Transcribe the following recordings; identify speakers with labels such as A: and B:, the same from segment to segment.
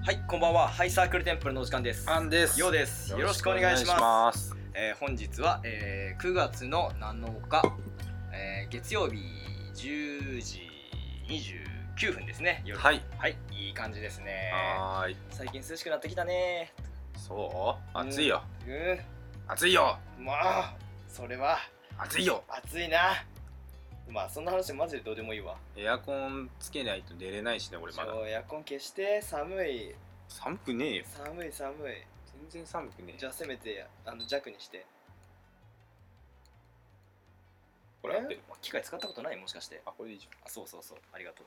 A: はい、こんばんは。ハイサークルテンプルのお時間です。
B: アンです。
A: ようです。よろしくお願いします。
B: す。
A: えー本日は、えー9月の7日、えー月曜日10時29分ですね。夜
B: はい。
A: はい、いい感じですね。
B: はーい。
A: 最近涼しくなってきたね。
B: そう
A: うん
B: 暑いよ。
A: う
B: 暑いよ。
A: ん、まあ、それは
B: 暑いよ。
A: 暑いな。まあ、そんな話マジでどうでもいいわ。
B: エアコンつけないと寝れないしね、俺まだ
A: そ。うエアコン消して、寒い、
B: 寒くねえよ。
A: 寒い、寒い。
B: 全然寒くねえ
A: じゃ。あ、せめてあの弱にして。
B: これ合ってる
A: 機械使ったことないもしかして。
B: あ、これでいいじ
A: あそうそうそうありがと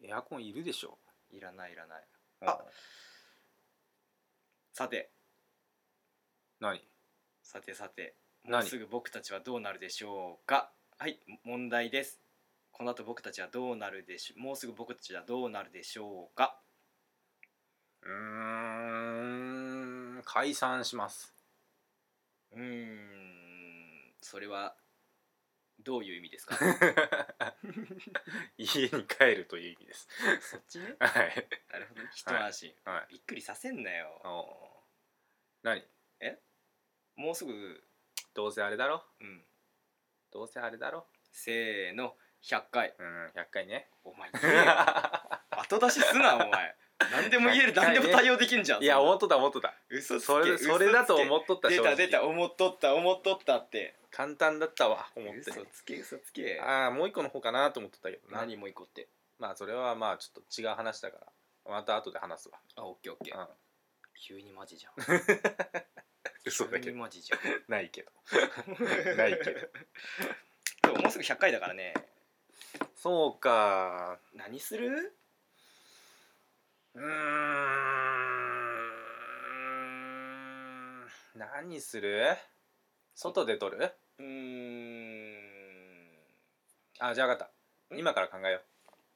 B: ゃん。エアコンいるでしょ。
A: ういらないいらない
B: あ
A: あ、さて
B: 何
A: さてさてもう
B: 何
A: すぐ僕たちはどうなるでしょうかはい問題ですこの後僕たちはどうなるでしょもうすぐ僕たちはどうなるでしょうか
B: うーん、解散し ます。
A: うーんそれはどういう意味 ですか
B: 家に帰るという意味です。
A: そっちね
B: はい。
A: なるほど一安心、
B: はい。
A: びっくりさせんなよ
B: おう何
A: もうすぐ
B: どうせあれだろ
A: うん
B: どうせあれだろ
A: せーの100回
B: うん、100回ね。
A: お前言えよ 後出しすなお前何でも言える
B: 100回
A: 何
B: ね
A: でも対応できんじゃん
B: いや、
A: そんな
B: 思っとった、思っとった。
A: 嘘つけ
B: それそれだと思
A: っ
B: っとった
A: 出
B: 正
A: た
B: 直
A: 出た思っとった思っとったって
B: 簡単だったわ思って
A: 嘘つけ嘘つけ
B: ああもう一個の方かなと思ってたけどな
A: 何もいこって
B: まあそれはまあちょっと違う話だからまた後で話すわ
A: あオッケーオッケ
B: うん
A: 急にマジじゃん
B: 嘘だ
A: 急
B: け
A: に
B: ど
A: マジじゃん
B: ないけどない けど
A: でももうすぐ100回だからね
B: そうか
A: 何する
B: うーん何する外で撮る
A: うーん
B: あじゃあ分かった
A: ん
B: 今から考えよ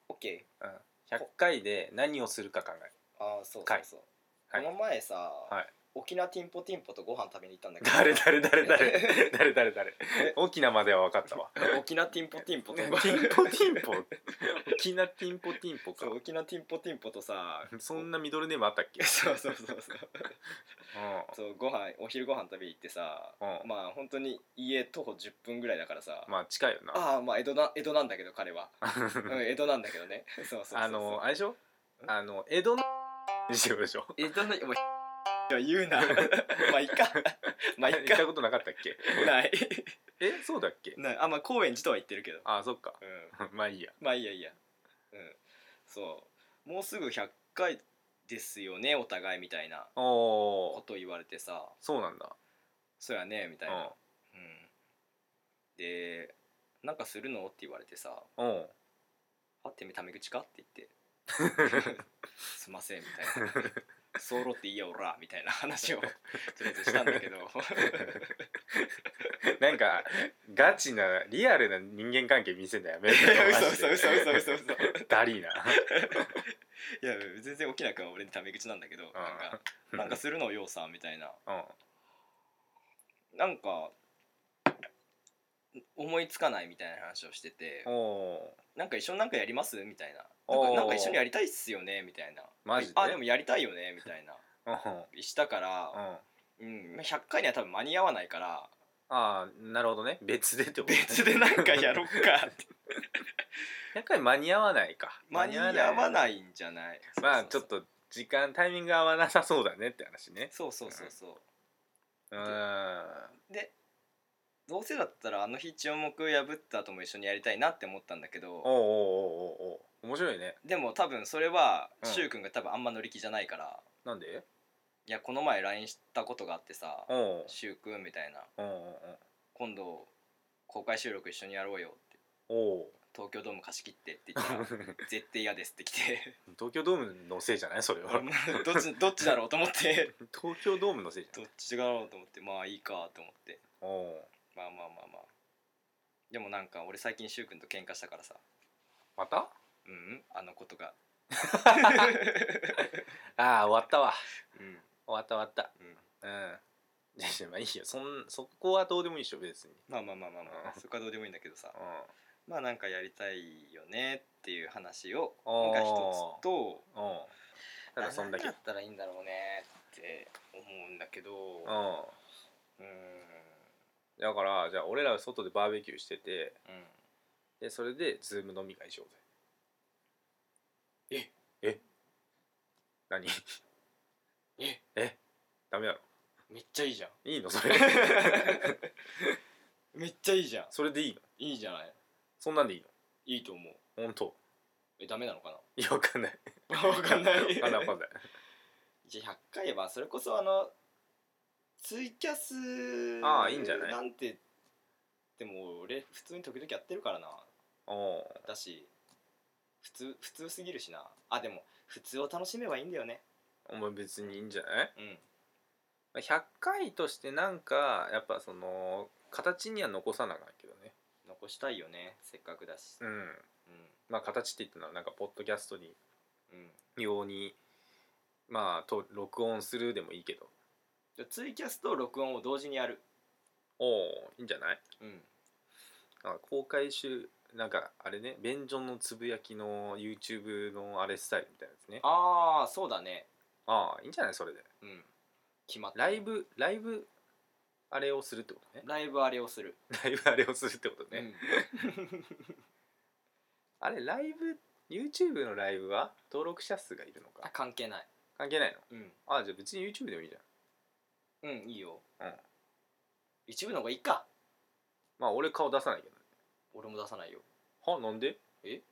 A: オッケ
B: う、うん、100回で何をするか考える
A: ーああそうそう
B: 回
A: そう
B: は
A: この
B: い
A: 前さ
B: はい
A: 沖縄ティンポティンポとご飯食べに行ったんだけど
B: 誰誰誰誰 誰誰誰沖縄までは分かったわ
A: 沖縄ティンポティンポと
B: ティンポティンポ 沖縄ティンポティンポか
A: そう沖縄ティンポティンポとさ
B: そんなミドルネームあったっけ
A: そうそうそうそう
B: う
A: そうご飯お昼ご飯食べに行ってさ、
B: うん
A: まあ本当に家徒歩10分ぐらいだからさ、
B: んまあ近いよな
A: ああまあ江戸な江戸なんだけど彼は、 うん、江戸なんだけどね そうそうそうそう
B: あのあれでしょあの江戸の にしろでしょ
A: 江戸のお前 は言う なまあいっかまあいっ
B: 行った
A: か
B: ことなかったっけ
A: ない
B: えそうだっけ
A: ないあまあ高円寺とは言ってるけど、
B: あそっか
A: うん、
B: まあいいや
A: まあいいやいいやうんそうもうすぐ100回ですよねお互いみたいなこ
B: おお
A: と言われてさ
B: そうなんだ
A: そうやねみたいな、
B: う
A: うん、でなんかするのって言われてさ
B: んうん
A: あってめタメ口かって 言ってすいませんみたいな「ソロっていいやおら」みたいな話をとりあえずしたんだけ ど
B: なんかガチなリアルな人間関係見せんのやめろ
A: いや 嘘
B: マジで
A: 嘘嘘嘘嘘嘘
B: ダリーない
A: や全然沖縄君は俺にタメ口なんだけどなんか「なんかするのようさん」みたいな
B: うん
A: なんか思いつかないみたいな話をしてて
B: おお
A: 「なんか一緒になんかやります?」みたいな「なん
B: お
A: か
B: ー
A: なんか一緒にやりたいっすよね」みたいな「
B: マジで
A: あでもやりたいよね」みたいな
B: ーうん
A: したから、
B: うん
A: うん、100回には多分間に合わないから
B: ああなるほどね別でってことね
A: 別でなんかやろっかって
B: やっぱり間に合わないか
A: 間に合わ
B: い
A: ないんじゃない
B: まあちょっと時間タイミング合わなさそうだねって話ね
A: そうそうそうそう
B: うーん
A: でどうせだったらあの日注目破った後も一緒にやりたいなって思ったんだけ
B: おう
A: ど
B: おうおうおうおう面白いね
A: でも多分それは
B: うん
A: 柊君が多分あんま乗り気じゃないから
B: なんで
A: いやこの前 LINE したことがあってさ
B: おう
A: 柊君みたいな
B: おう
A: 今度公開収録一緒にやろうよって
B: おうおう
A: 東京ドーム貸し切ってって言った ら絶対嫌ですって来て
B: 東京ドームのせいじゃないそれは
A: どっちどっちだろうと思って
B: 東京ドームのせいじ
A: どっちだろうと思ってまあいいかと思って
B: ゃんおう
A: まあまあまあまあでもなんか俺最近く君と喧嘩したからさ
B: また
A: うんうんあのこと が
B: ああ終わったわ
A: うん
B: 終わった終わった
A: うん
B: うんいやいやまあいいよそんそこはどうでもいいでしょ別に
A: まあまあまあまあまあ
B: うん
A: そこはどうでもいいんだけどさ
B: う
A: まあなんかやりたいよねっていう話を
B: あー
A: が一つと
B: うんただそんだけ
A: あ何だったらいいんだろうねって思うんだけどう
B: うん
A: ーん
B: だからじゃあ俺らは外でバーベキューしてて
A: うん
B: でそれでズーム飲み会しようぜええ何
A: え
B: えダメだろ
A: めっちゃいいじゃん
B: いい のそれ
A: めっちゃいいじゃん
B: それでいいの
A: いいじゃない
B: そんなんでいい
A: いいと思う
B: の本当
A: えダメなのかない
B: やわかんない
A: 分かんない
B: わかんないわかんない
A: じゃあ100回はそれこそあのツイキャス
B: ああいいんじゃない
A: んてでも俺普通に時々やってるからな
B: おー
A: だし普通普通すぎるしなあでも普通を楽しめばいいんだよね
B: お前別にいいんじゃない
A: うん
B: まあ100回としてなんかやっぱその形には残さなあかんけどね
A: 残したいよねせっかくだし
B: うん
A: う
B: まあ形って言ったのはなんかポッドキャストに
A: んうん
B: 用にまあと録音するでもいいけど
A: じゃあツイキャスと録音を同時にやる
B: おおいいんじゃない
A: うん
B: なんか公開集なんかあれね便所のつぶやきの YouTube のあれスタイルみたいなやつねあ
A: ああそうだね
B: あいいんじゃないそれで
A: うん決まった
B: ライブライブあれをするってことね
A: ライブあれをする
B: ライブあれをするってことね、
A: うん
B: あれライブ YouTube のライブは登録者数がいるの
A: あ
B: か
A: 関係ない
B: 関係ないの
A: うん
B: ああじゃあ別に YouTube でもいいじゃん
A: うんいいよ、
B: うん、
A: 一部の方がいいか
B: まあ俺顔出さないけどね
A: 俺も出さないよ
B: はなんで
A: 出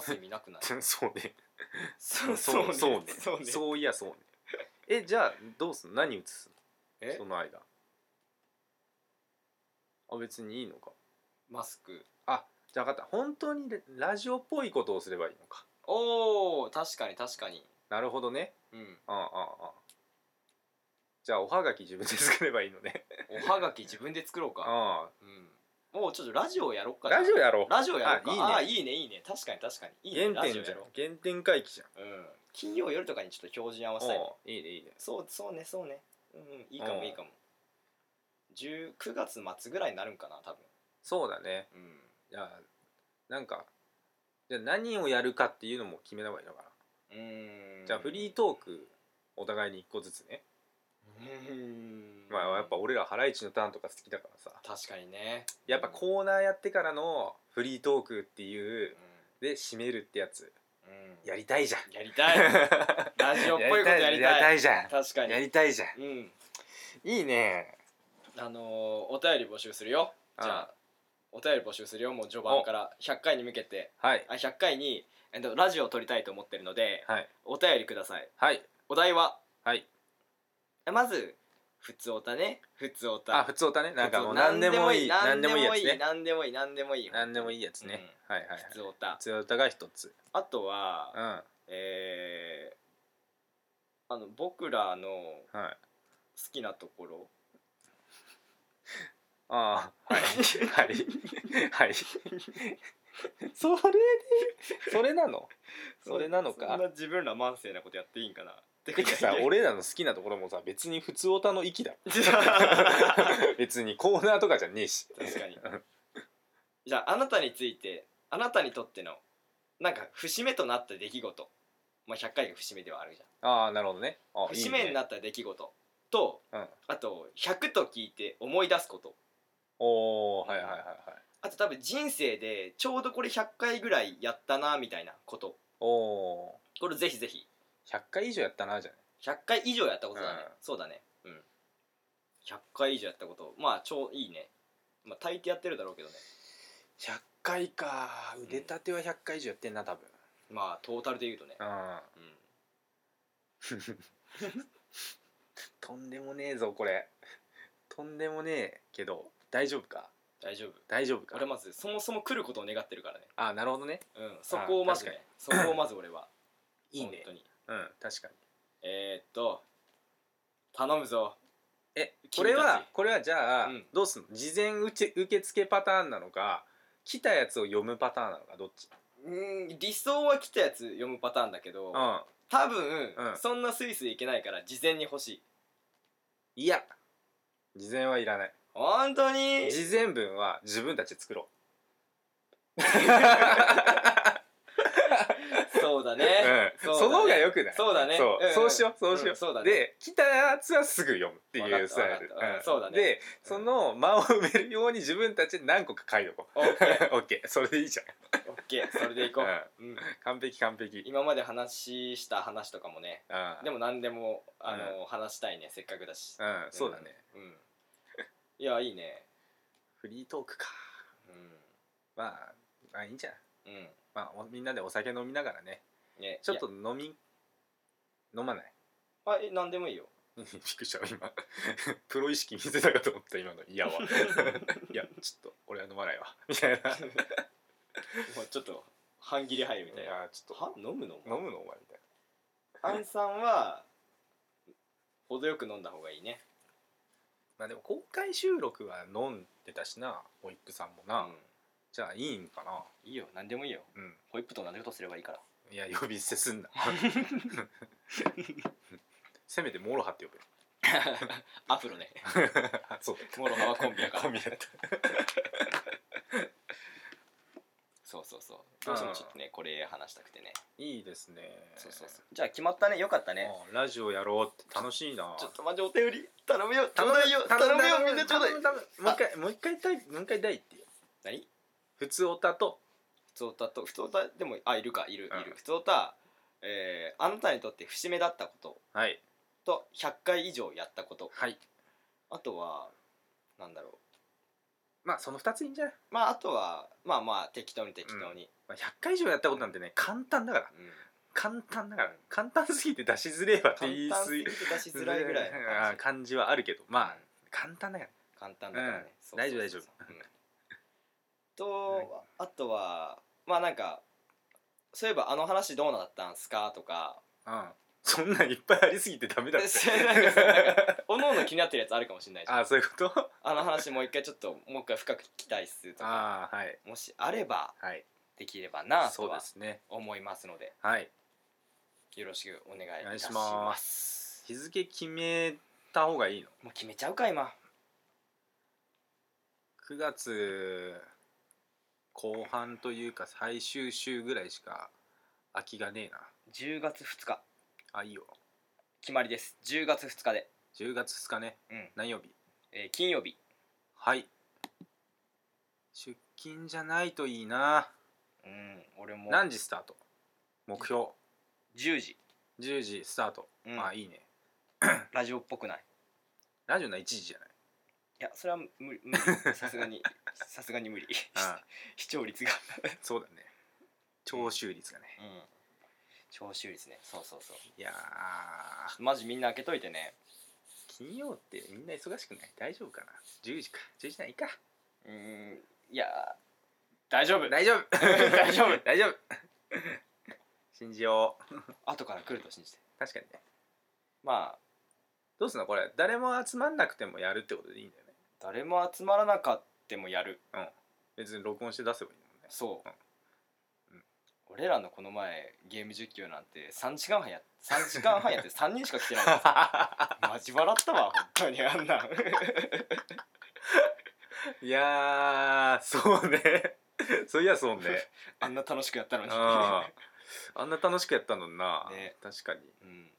A: す意味なくない
B: そうね
A: そ
B: そうね
A: そうね
B: そういやそうねえじゃあどうすんの何映すの
A: え
B: その間あ別にいいのか
A: マスク
B: じゃあ分かった本当にレラジオっぽいことをすればいいのか
A: おお確かに確かに
B: なるほどね
A: うん
B: ああああああじゃあおはがき自分で作ればいいのね
A: おはがき自分で作ろうか
B: あ
A: うんもうちょっとラジオやろっ
B: あ
A: か
B: ラジオやろう
A: ラジオやろうかあ
B: あ
A: あ
B: い
A: いいねいいね確かに確かにいいね
B: 原
A: ラジ
B: 点
A: オ
B: じ
A: や
B: ゃん
A: ろ
B: 原点回帰じゃん
A: う、うん、金曜夜とかにちょっと標準合わせたいね
B: おういいねいいね
A: そうそうねそうねうんうんいいか
B: う
A: も
B: ん
A: いいかも19月末ぐらいになるんかな多分
B: そうだね
A: うん
B: いやなんかじゃあ何をやるかっていうのも決めた方がいいのかな、
A: うーん
B: じゃあフリートークお互いに1個ずつね、
A: うーん
B: まあやっぱ俺らハライチのターンとか好きだからさ
A: 確かにね
B: やっぱコーナーやってからのフリートークっていうで締めるってやつ
A: うん、うん、
B: やりたいじゃん
A: やりた いラジオっぽいこと やりたい
B: じゃ
A: 確か
B: んや
A: に
B: りたいじゃん
A: うん
B: いいね
A: あのーお便り募集するよじゃあお便り募集するよもう序盤から100回に向けて
B: はい
A: あ100回にえっとラジオを撮りたいと思ってるので
B: はい
A: お便りください
B: はい
A: お題は
B: はい
A: えまず普通おたね普通お
B: あ
A: た
B: 普通歌ねなんかもう何でもいい
A: 何
B: 何
A: で
B: で
A: も
B: もいいやつ
A: いい
B: ね
A: 何でもいい何でもいい
B: 何でもいいやつねはいはいはい
A: 普通おた
B: 普通歌が一つ
A: あとは
B: うんは
A: えーあの僕らの好
B: い
A: きなところ
B: ああはいはいはいそれでそれなのそれなの
A: そん
B: か
A: な自分ら慢性なことやっていいんかなて、
B: てかさ俺らの好きなところもさ別に普通オタ の域だ
A: 確
B: 別にコーナーとかじゃねえし
A: かにじゃああなたについてあなたにとってのなんか節目となった出来事まあ100回が節目ではあるじゃん
B: ああなるほどねあいい
A: 節
B: ね
A: 目になった出来事と
B: うん
A: あと100と聞いて思い出すこと
B: おおはいはいはいはい
A: あと多分人生でちょうどこれ100回ぐらいやったなみたいなこと
B: おお
A: これぜひぜひ
B: ー100回以上やったなじゃない
A: 100回以上やったことだね、
B: うん
A: そうだねうん100回以上やったことまあ超いいねまあ大抵やってるだろうけどね
B: 100回か腕立ては100回以上やってんな多分
A: まあトータルで言うとね
B: うん
A: うん
B: とんでもねえぞこれ とんでもねえけど大丈夫か
A: 大丈夫
B: 大丈夫か
A: 俺まずそもそも来ることを願ってるからね
B: ああなるほどね
A: うんそこをまずねそこをまず俺は
B: いい
A: 本
B: ね
A: 当に
B: うん確かに
A: えー、っと頼むぞ
B: え
A: 君たち
B: これはこれはじゃあ、
A: うん
B: どうすんの事前受け受付パターンなのか来たやつを読むパターンなのかどっち
A: うん理想は来たやつ読むパターンだけど
B: うん
A: 多分、
B: うん
A: そんなスイスイいけないから事前に欲しい
B: いや事前はいらない
A: 本当に
B: 事前文は自分たちで作ろ
A: そうだね
B: うん、その方がよくない
A: そうだね
B: そう,、
A: うんうん
B: そうしようそうしよう,、
A: うんそうだね
B: で来たやつはすぐ読むって
A: わか
B: い
A: っ
B: う
A: た
B: スタイル
A: わかった
B: ん
A: そうだね
B: でその間を埋めるように自分たちで何個か書いと こ
A: オッケー
B: うオッケーそれでいいじゃん
A: オッケーそれでいこう、うん
B: 完璧完璧
A: 今まで話した話とかもね
B: うん
A: でも何でもあの、話したいねせっかくだし、
B: うんそうだね、
A: うんいやいいね
B: フリートークかまあまあいいんじゃん
A: うんうん
B: まあおみんなでお酒飲みながらね
A: ね
B: ちょっと飲み飲まない
A: い やあえ何でもいいよ
B: びっくりした今 プロ意識見せたかと思った今の「い やわ」いやちょっと俺は飲まないわみたいな
A: もうちょっと半切れ入るみたい
B: い
A: な
B: やちょっ
A: は飲むの
B: と飲むのお前みたい
A: アンさんは程よく飲んだ方がいいね
B: なまあでも公開収録は飲んでたしなホイップさんもな、
A: うん
B: じゃあいいんかない
A: いよ何でもいいよ
B: うん
A: ホイップと同じことすればいいから
B: いや呼び捨てす んなせめてモロハっ て呼べ
A: アフロね
B: あそうだ
A: モロハはコンビだから
B: コンビだった
A: そうそうそうどうしてもちょっとねこれ話したくてね
B: いいですね
A: そうそうそうじゃあ決まったねよかったね
B: あラジオやろうって楽しいな
A: ちょっとマジお便り頼むよちょうだいよ頼むよみんなちょうだい
B: 頼む頼むもう一回もう一回第もう一回第ってよ
A: 何
B: 普通オタと
A: ふつおたとふつおたでもあいるかいるい
B: うん
A: るふつおたえーあなたにとって節目だったこと
B: はい
A: と100回以上やったこと
B: はい
A: あとはなんだろ
B: まあその二ついいんじゃない、
A: うまああとはまあまあ適当に適当に
B: まあ、100回以上やったことなんてね簡単だから
A: うん
B: 簡単だから簡単すぎて出しづれえわって
A: 簡
B: 言い
A: 単す
B: す
A: ぎ
B: ぎ
A: て出しづらいぐら いの
B: あ
A: 感
B: ー
A: じ
B: 感じはあるけどまあ簡単だから
A: 簡単だからね、
B: うん大丈夫大丈夫
A: うんとあとはまあなんかそういえばあの話どうなったんすかとか
B: うん、そんなんいっぱいありすぎて ダメだって
A: なんかなんかおのおの気になってるやつあるかもしれないじゃん
B: ああそういうこと
A: あの話もう一回ちょっともう一回深く聞きたいっすとか
B: ああはい
A: もしあれば
B: はい
A: できればなと
B: そうで
A: は
B: すね
A: 思いますので
B: はい
A: よろしくお願いい
B: お
A: た
B: 願い
A: し
B: し
A: ま
B: ますす日付決めた方がいいの
A: もう決めちゃうか今
B: 9月後半というか最終週ぐらいしか空きがねえな
A: 10月2日
B: あいいよ
A: 決まりです10月2日で、
B: 10月2日ね
A: うん
B: 何曜日
A: えー金曜日
B: はい出勤じゃないといいな
A: うん俺も
B: 何時スタート目標
A: 10時、
B: 10時スタート、
A: うん
B: まあいいね
A: ラジオっぽくない
B: ラジオな1時じ ゃない
A: いやそれは無理無理 さすがにさすがに無理
B: あ
A: 視聴率が、
B: そうだね聴取率がね
A: うん、聴取率ねそうそうそう
B: いやー
A: マジみんな開けといてね
B: 金曜ってみんな忙しくない大丈夫かな10時か10時ないか
A: うーんいや大丈夫
B: 大丈夫
A: 大丈夫
B: 大丈夫信じよう
A: 後から来ると信じて
B: 確かにね
A: まあ
B: どうすんのこれ誰も集まんなくてもやるってことでいいんだよね
A: 誰も集まらなかってもやる
B: 別に録音して出せばいいもんね
A: そう、
B: うんうん
A: 俺らのこの前ゲーム実況なんて3時間半や3時間半やって3人しか 来てない マジ笑ったわ本当にあんなん
B: いやーそうね そういやそうね
A: あんな楽しくやったのに
B: ああんな楽しくやったのにな、
A: ね
B: 確かに
A: うん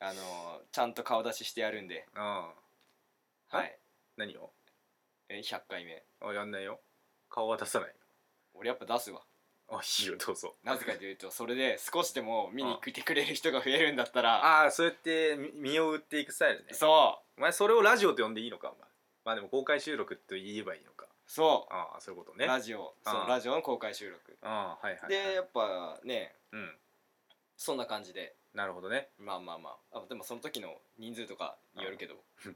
A: あのーちゃんと顔出ししてやるんで、
B: あああ
A: はい、
B: 何を
A: え100回目
B: あやんないよ顔は出さない
A: 俺やっぱ出すわ
B: あいいよどうぞ
A: なぜかというとそれで少しでも見に来てくれる人が増えるんだったら
B: ああそうやってみ身を売っていくスタイルね
A: そう
B: お前それをラジオと呼んでいいのかお前まあでも公開収録と言えばいいのか
A: そう
B: ああそういうことね
A: ラジオ
B: あ
A: そ
B: ー
A: うラジオの公開収録
B: ああはいはい、はい、
A: でやっぱね
B: うん
A: そんな感じで
B: なるほどね
A: まあまあまああでもその時の人数とかによるけどうん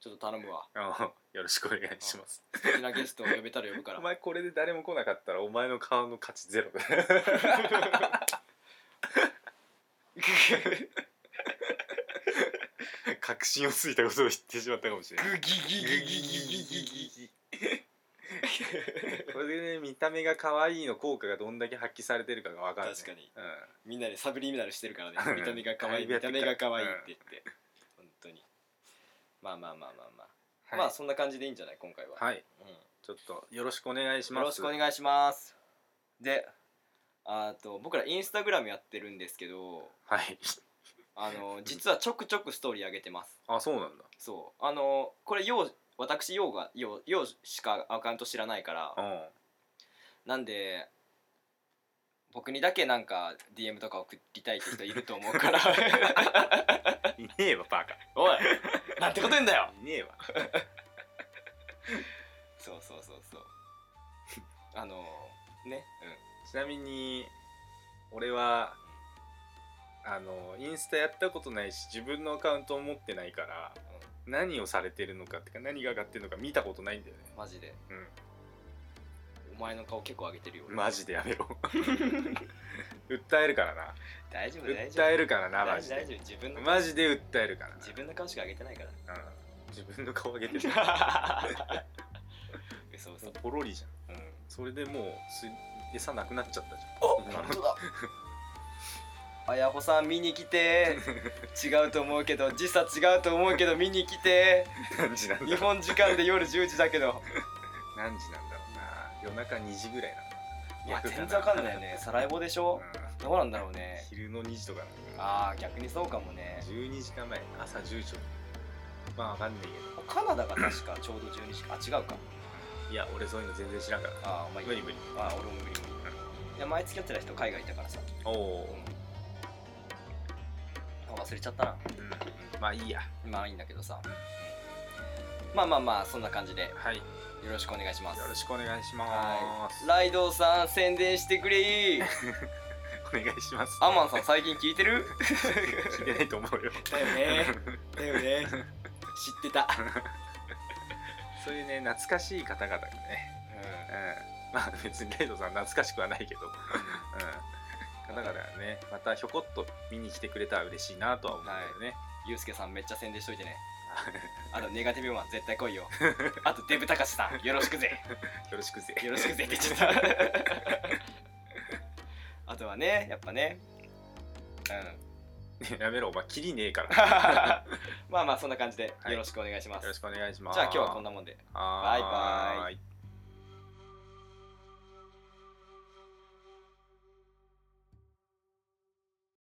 A: ちょっと頼むわ
B: ああよろしくお願いします
A: 素敵なゲストを呼べたら呼ぶから
B: お前これで誰も来なかったらお前の顔の価値ゼロだ確信をついたことを言ってしまったかもしれない
A: グギギギギギギギギ
B: これでね見た目が可愛いの効果がどんだけ発揮されてるかが分かる、ね、
A: 確かに
B: うん
A: みんなでサブリミナルしてるからね
B: うん
A: 見た目が可愛い見
B: だいぶ
A: た
B: やって
A: 目
B: っから
A: が可愛いって言って本当にまあまあまあまあまあまあ
B: は
A: そんな感じでいいんじゃない今回は、
B: い、はい、
A: うん
B: ちょっとよろしくお願いし
A: よ
B: ま
A: ろ
B: す
A: しくお願いしますであと僕らインスタグラムやってるんですけど
B: はい
A: あの実はちょくちょくストーリー上げてます
B: あそうなんだ
A: そうあのこれよう私ようがようようしかアカウント知らないから
B: うん
A: なんで僕にだけなんか DM とか送りたいって人いると思う から
B: いねえわバカ
A: おい なんてこと言うんだよ
B: いねえわ
A: そうそうそうそうあのね
B: ちなみに俺はあのインスタやったことないし自分のアカウントを持ってないから
A: うん、う
B: 何をされてるのかってか何が上がってるのか見たことないんだよね
A: ん、マジで
B: うん
A: お前の顔結構上げてるよ俺
B: マジでや めろ訴えるからな
A: 大丈夫大丈夫
B: 訴えるからなマ
A: 大
B: ジ
A: 丈夫大
B: で
A: 丈夫自分の
B: マジで訴えるからな
A: 自分の顔しか上げてないから
B: うん自分の顔上 げてる
A: 嘘嘘
B: もうポロリじゃん
A: うん
B: それでもうす餌なくなっちゃったじ
A: お
B: 今の
A: 本当だあやほさん見に来て違うと思うけど時差違うと思うけど見に来て
B: ゃん何時なんだ
A: 日本時間で夜10時だけど
B: 何時なんだろうな夜中2時ぐらいなんだ
A: いや
B: 逆かな
A: 全然わかんないよねサライボでしょ
B: う
A: どうなんだろうんね
B: 昼の2時とかなんだよ
A: あー逆にそうかもね
B: 12時間前朝10時とかまあわかんないけ
A: カナダが確かちょうど12時間あ違うか
B: どいや俺そういうの全然知らんから
A: あーまあいい
B: 無理無理
A: あー俺も無理無理いや前付き合ってた人海外いたからさ
B: お
A: う
B: お
A: んあ忘れちゃったな
B: うんまあいいや
A: まあいいんだけどさまあまあまあそんな感じでよ
B: はいよ
A: ろしくお願いします
B: ろしくお願いしま
A: は
B: す
A: いライドウさん宣伝してくれい
B: お願いします
A: アマンさん最近聞いてる
B: 聞いてないと思うよ
A: だよねだよね知ってた、
B: そういうね懐かしい方々がね、うん、まあ別にレイドさん懐かしくはないけど、うん、方々がねまたひょこっと見に来てくれたら嬉しいなとは思うんだよね、
A: ゆうすけさんめっちゃ宣伝しとい てねあとネガティブマン絶対来いよあとデブたかしさんよろしくぜ
B: よろしくぜ
A: よろしくぜって言っち ゃったあとはねやっぱね うん
B: やめろお前キリねえから
A: まあまあそんな感じで
B: はい
A: よろしくお願いします、
B: よろしくお願いします
A: じゃあ今日はこん
B: な
A: なもんで
B: はー
A: バイバ
B: い